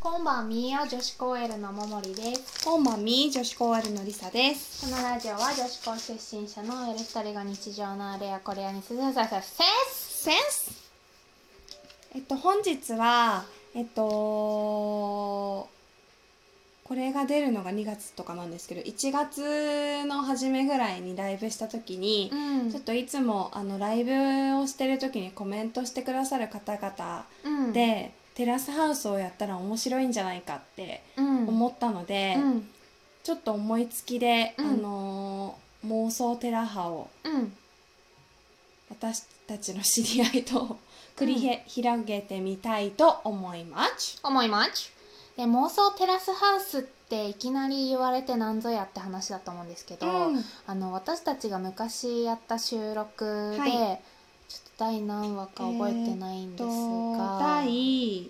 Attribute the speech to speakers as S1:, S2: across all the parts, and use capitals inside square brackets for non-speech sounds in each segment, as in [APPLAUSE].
S1: こんばんみーは女子高 L のももりです。
S2: こんばんみ、女子高 L のりさです。
S1: このラジオは女子高出身者の L 二人が日常のあれやこれやにすずささせす
S2: センスえっと、本日は、えっと、これが出るのが2月とかなんですけど、1月の初めぐらいにライブした時に
S1: う、ん
S2: ちょっといつもあのライブをしてる時にコメントしてくださる方々
S1: うん、
S2: で、テラスハウスをやったら面白いんじゃないかって
S1: うん、
S2: 思ったので、
S1: うん
S2: ちょっと思いつきで、
S1: うん
S2: あのー妄想テラハを
S1: うん
S2: 私たちの知り合いと繰りへ、広げてみたいと思います。
S1: 思います。で妄想テラスハウスっていきなり言われてなんぞやって話だと思うんですけど、
S2: うん
S1: あの私たちが昔やった収録で、
S2: はい
S1: ちょっと第何話か覚えてないんです
S2: と
S1: が、
S2: 第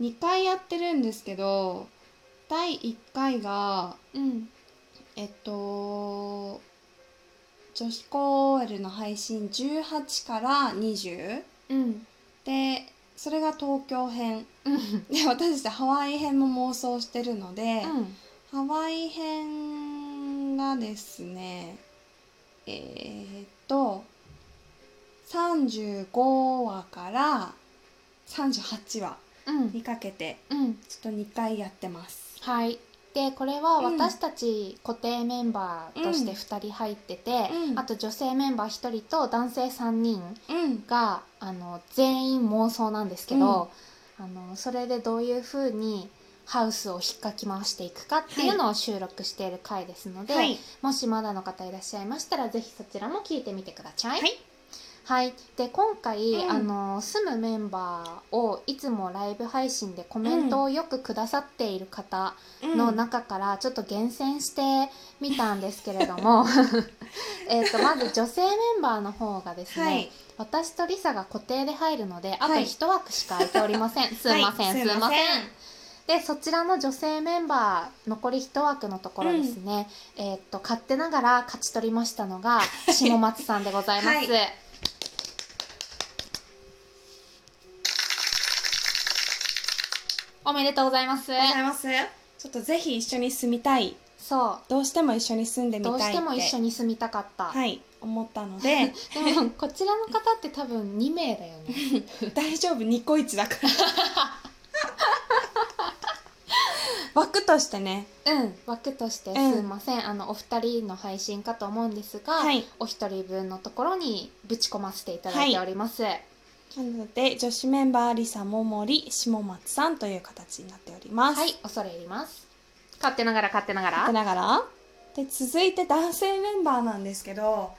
S2: 2回やってるんですけど第1回が
S1: うん
S2: えっと女子高 OL の配信18から20
S1: うん
S2: でそれが東京編
S1: うん
S2: で私たちハワイ編も妄想してるので、
S1: うん
S2: ハワイ編がですね、えー、っと、35話から38話
S1: うん
S2: にかけて、
S1: うん
S2: ちょっと2回やってます。
S1: はいでこれは
S2: うん
S1: 私たち固定メンバーとして2人入ってて、
S2: うん
S1: あと女性メンバー1人と男性3人
S2: うん。
S1: があの全員妄想なんですけど、あのそれでどういうふうにハウスを引っかき回していくかっていうのを収録している回ですので、
S2: はい。
S1: もしまだの方いらっしゃいましたらぜひそちらも聞いてみてください。
S2: はい
S1: はいで今回、
S2: うん
S1: あの住むメンバーをいつもライブ配信でコメントをよくくださっている方の
S2: うん
S1: 中からちょっと厳選してみたんですけれど
S2: [LAUGHS]
S1: も、えっとまず女性メンバーの方がですね、
S2: はい。
S1: 私とリサが固定で入るのであと
S2: はい
S1: 一枠しか空いておりま
S2: [LAUGHS]
S1: せん、すいません、
S2: はい
S1: すいませんでそちらの女性メンバー残り一枠のところですね、えーっと勝手ながら勝ち取りましたの
S2: [LAUGHS]
S1: が下松さんでございます、
S2: はい
S1: おめでとうございます
S2: ございます。ちょっとぜひ一緒に住みたい。
S1: そ
S2: どうしても一緒に住んで
S1: う
S2: みたい
S1: ど
S2: っ
S1: う
S2: て。
S1: しても一緒
S2: に。
S1: に住みたかった、
S2: はい。思ったの
S1: [LAUGHS]
S2: で、
S1: でもこちらの方って多分2名だよね
S2: 大丈夫、ニコイチだから。枠としてね。
S1: うん、枠としてすいません、あのお二人の配信かと思うんですが、
S2: はい。
S1: お一人分のところにぶち込ませていただいております、
S2: なので女子メンバーリサももり下松さんという形になっております。
S1: はい、恐れ入ります。勝手ながら勝手なが
S2: 勝手
S1: ら。
S2: ながらで続いて男性メンバーなんですけど、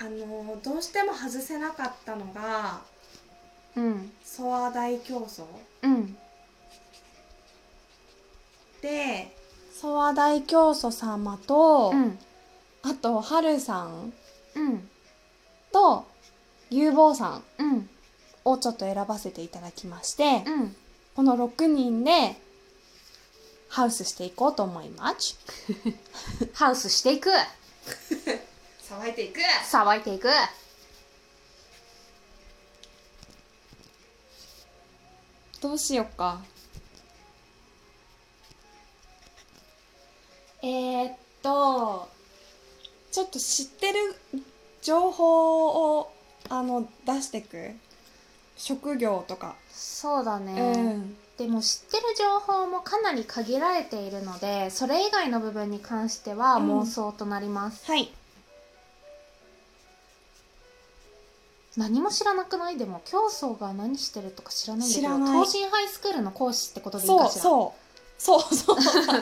S2: あのどうしても外せなかったのが
S1: うん、
S2: ソア大競争
S1: うん、
S2: でソア大競争様と、
S1: うん、
S2: あとはるさん
S1: うん、
S2: と有望さん
S1: うん、
S2: をちょっと選ばせていただきまして、
S1: うん。
S2: この6人でハウスしていこうと思います。
S1: ハウスしていく、
S2: 騒いでいく
S1: 騒いでいく。
S2: どうしようか。
S1: えー、っと、
S2: ちょっと知ってる情報をあの出してく職業とか、
S1: そうだね、
S2: うん
S1: でも知ってる情報もかなり限られているので、それ以外の部分に関しては
S2: うん
S1: 妄想となります。
S2: はい
S1: 何も知らなくないでも競争が何してるとか知らないんだけど
S2: 知らない
S1: 東進ハイスクールの講師ってことでいい
S2: そ
S1: か
S2: う
S1: しら
S2: そうそうそう [LAUGHS]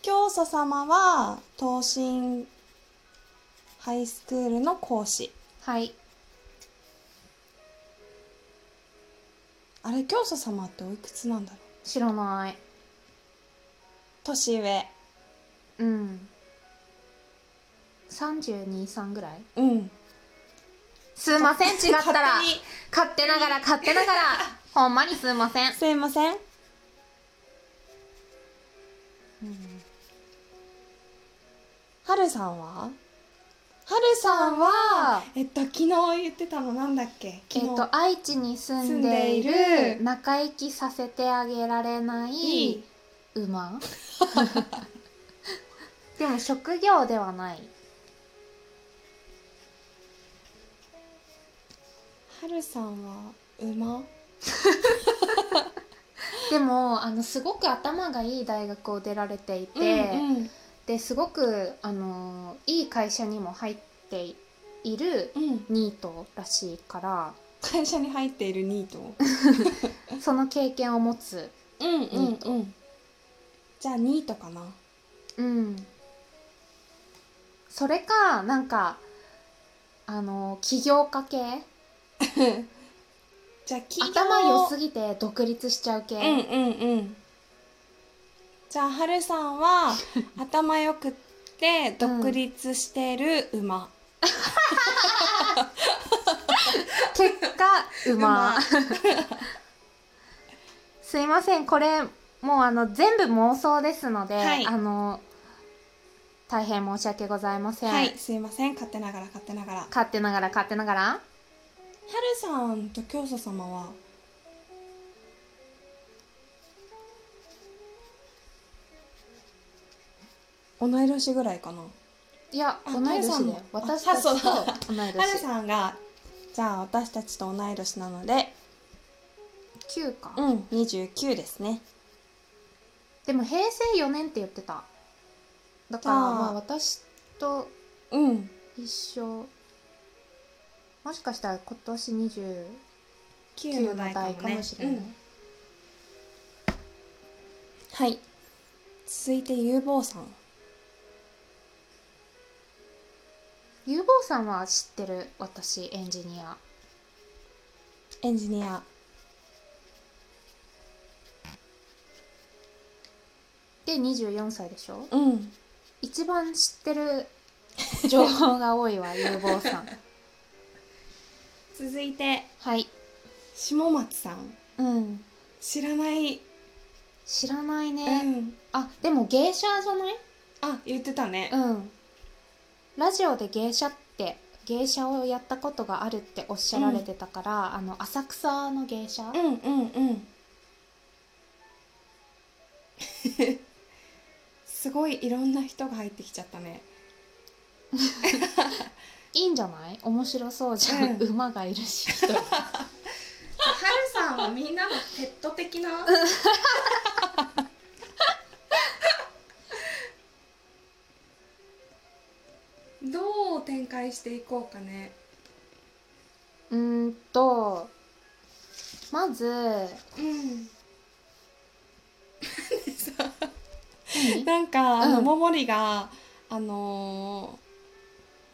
S2: 教祖様は東進ハイスクールの講師
S1: はい
S2: あれ教祖様っておいくつなんだろう
S1: 知らない
S2: 年上
S1: うん323ぐらい
S2: うん
S1: すいません違ったら
S2: 勝手に
S1: 勝手ながら勝手なが
S2: [LAUGHS]
S1: らほんまにすいません、
S2: すいませんはるさんは
S1: はるさんは、
S2: えっと昨日言ってたのなんだっけ
S1: えっ
S2: 昨日、
S1: と、愛知に住んでい
S2: 住んでい
S1: る
S2: る
S1: 仲生きさせてあげられない馬 [LAUGHS] でも職業ではない
S2: はるさんは馬
S1: でもあのすごく頭がいい大学を出られていて、
S2: うんうん
S1: ですごくあのいい会社にも入っている
S2: うん、
S1: ニートらしいから
S2: 会社に入っているニート
S1: その経験を持つ
S2: うん
S1: うん
S2: うんじゃあニートかな
S1: うんそれかなんかあの起業家系
S2: じゃあ企業
S1: 頭良すぎて独立しちゃう系、
S2: うんうんうんじゃあはるさんは [LAUGHS] 頭良くって独立してる馬、
S1: 結果馬
S2: 馬
S1: すいませんこれもうあの全部妄想ですので、
S2: はい
S1: あの大変申し訳ございません、
S2: はいすいません勝手ながら勝手ながらはる
S1: 勝手ながら勝手ながら
S2: さんと教祖様は同い年ぐらいかない
S1: や
S2: あ
S1: 同い
S2: タイさ
S1: 年
S2: ん
S1: で
S2: も
S1: 私たちと
S2: あそうだ
S1: 同い
S2: はる
S1: 年
S2: さんがじゃあ私たちと同い年なので
S1: 9か、
S2: うん29ですね
S1: でも平成4年って言ってただから
S2: あー
S1: まあ私と
S2: うん
S1: 一緒もしかしたら今年29
S2: 9
S1: の
S2: の代
S1: 代
S2: か
S1: か
S2: も
S1: も
S2: し
S1: し
S2: れ
S1: れ
S2: な、
S1: ないい、
S2: うんはい続いて有望さん
S1: 有望さんは知ってる私エンジニア
S2: エンジニア
S1: で24歳でしょ
S2: うん
S1: 一番知って [LAUGHS] る情報が多いわ有望さん
S2: 続いて
S1: [LAUGHS] はい
S2: 下松さん
S1: うん
S2: 知らない、
S1: 知らないね、
S2: うん
S1: あでも芸者じゃない
S2: あ言ってたね
S1: うんラジオで芸者って芸者をやったことがあるっておっしゃられてたから、あの浅草の芸者、
S2: うんうんうん [LAUGHS] すごいいろんな人が入ってきちゃったね
S1: いいんじゃない面白そうじゃん、
S2: うん
S1: 馬がいる [LAUGHS] し人
S2: はるさんはみんなのペット的な [LAUGHS] どう展開していこうかね
S1: うーんとまず
S2: うんさ
S1: 何
S2: なんか、あ
S1: う
S2: の
S1: ん
S2: ももりがあの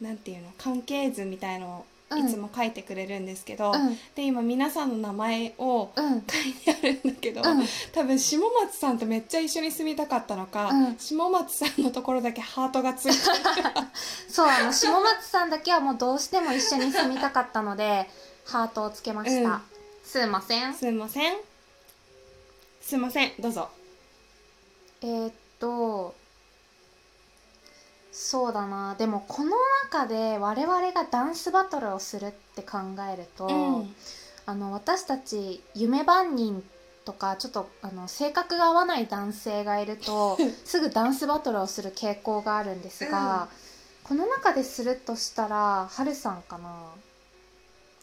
S2: ーなんていうの関係図みたいのをいつも書いてくれるんですけど、
S1: うん
S2: で今皆さんの名前を [LAUGHS]
S1: うん
S2: 書いてあるんだけど、
S1: うん
S2: 多分下松さんとめっちゃ一緒に住みたかったのか、
S1: うん
S2: 下松さんのところだけハートがついて
S1: [LAUGHS]
S2: る
S1: そうあの下松さんだけはもうどうしても一緒に住みたかったのでハートをつけました、
S2: うん
S1: すいません
S2: すいませんすいませんどうぞ
S1: えーっとそうだなでもこの中で我々がダンスバトルをするって考えると、
S2: うん
S1: あの私たち夢番人とかちょっとあの性格が合わない男性がいる
S2: [LAUGHS]
S1: とすぐダンスバトルをする傾向があるんですが、この中でするとしたらはるさんかな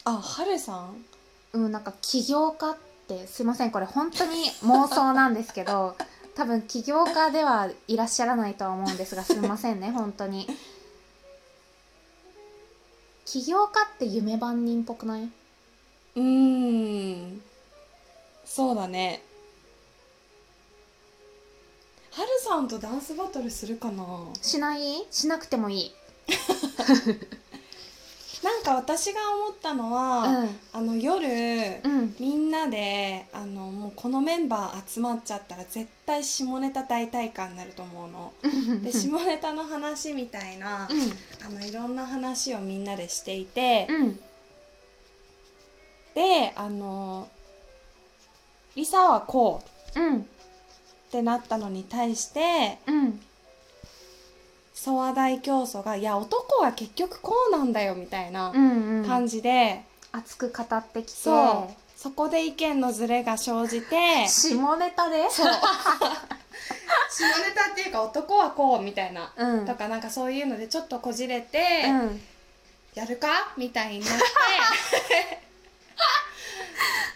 S2: あはるさん
S1: うんなんか起業家ってすいませんこれ本当に妄想なんですけ
S2: [LAUGHS]
S1: ど多分起業家ではいらっしゃらないとは思うんですがすいませんね本当に起業家って夢番人っぽくないう
S2: ーんそうだねはるさんとダンスバトルするかな
S1: しないしなくてもいい
S2: なんか私が思ったの
S1: う
S2: は、
S1: ん
S2: あの夜
S1: うん
S2: みんなであのもうこのメンバー集まっちゃったら絶対下ネタ大大会になると思うの。で下ネタの話みたいなあのいろんな話をみんなでしていて
S1: うんうん
S2: であの「リサはこう」
S1: うん
S2: ってなったのに対して
S1: うん
S2: ソワ大競争がいや男は結局こうなんだよみたいな
S1: うんうん、
S2: 感じで、
S1: 熱く語ってきて
S2: そうそこで意見のズレが生じて
S1: [LAUGHS] 下ネタで
S2: そう下ネタっていうか男はこうみたいな、
S1: うん
S2: とかなんかそういうのでちょっとこじれて、
S1: うん
S2: やるかみたいに
S1: [LAUGHS]
S2: なっ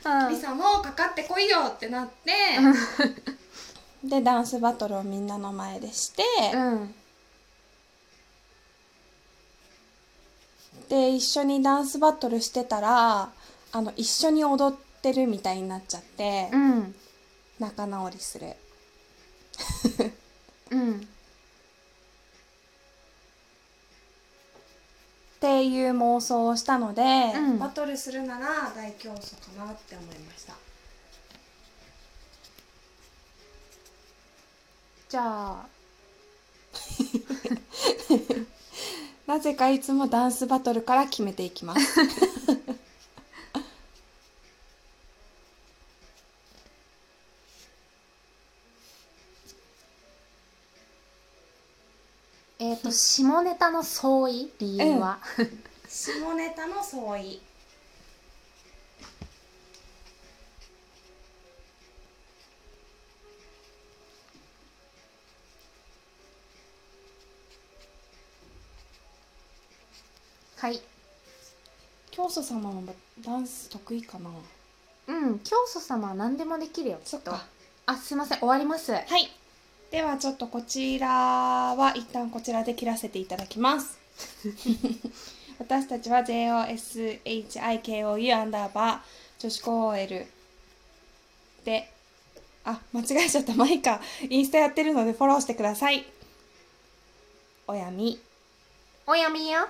S2: て「
S1: う
S2: リ
S1: ん
S2: サもかかってこいよ」ってなって、でダンスバトルをみんなの前でして、
S1: うん
S2: で一緒にダンスバトルしてたらあの一緒に踊ってるみたいになっちゃって、
S1: うん
S2: 仲直りする
S1: うん
S2: っていう妄想をしたので、
S1: うん
S2: バトルするなら大競争かなって思いました
S1: じゃあ
S2: なぜかいつもダンスバトルから決めていきます
S1: えっ、と下ネタの相違理由は、
S2: [LAUGHS] 下ネタの相違
S1: はい
S2: 教祖様もダンス得意かな
S1: うん教祖様は何でもできるよきっとあすいません終わります
S2: はいではちょっとこちらは一旦こちらで切らせていただきます [LAUGHS] 私たちは JOSHIKOU アンダーバー女子高 OL であ間違えちゃったマイカインスタやってるのでフォローしてくださいおやみ
S1: おやみや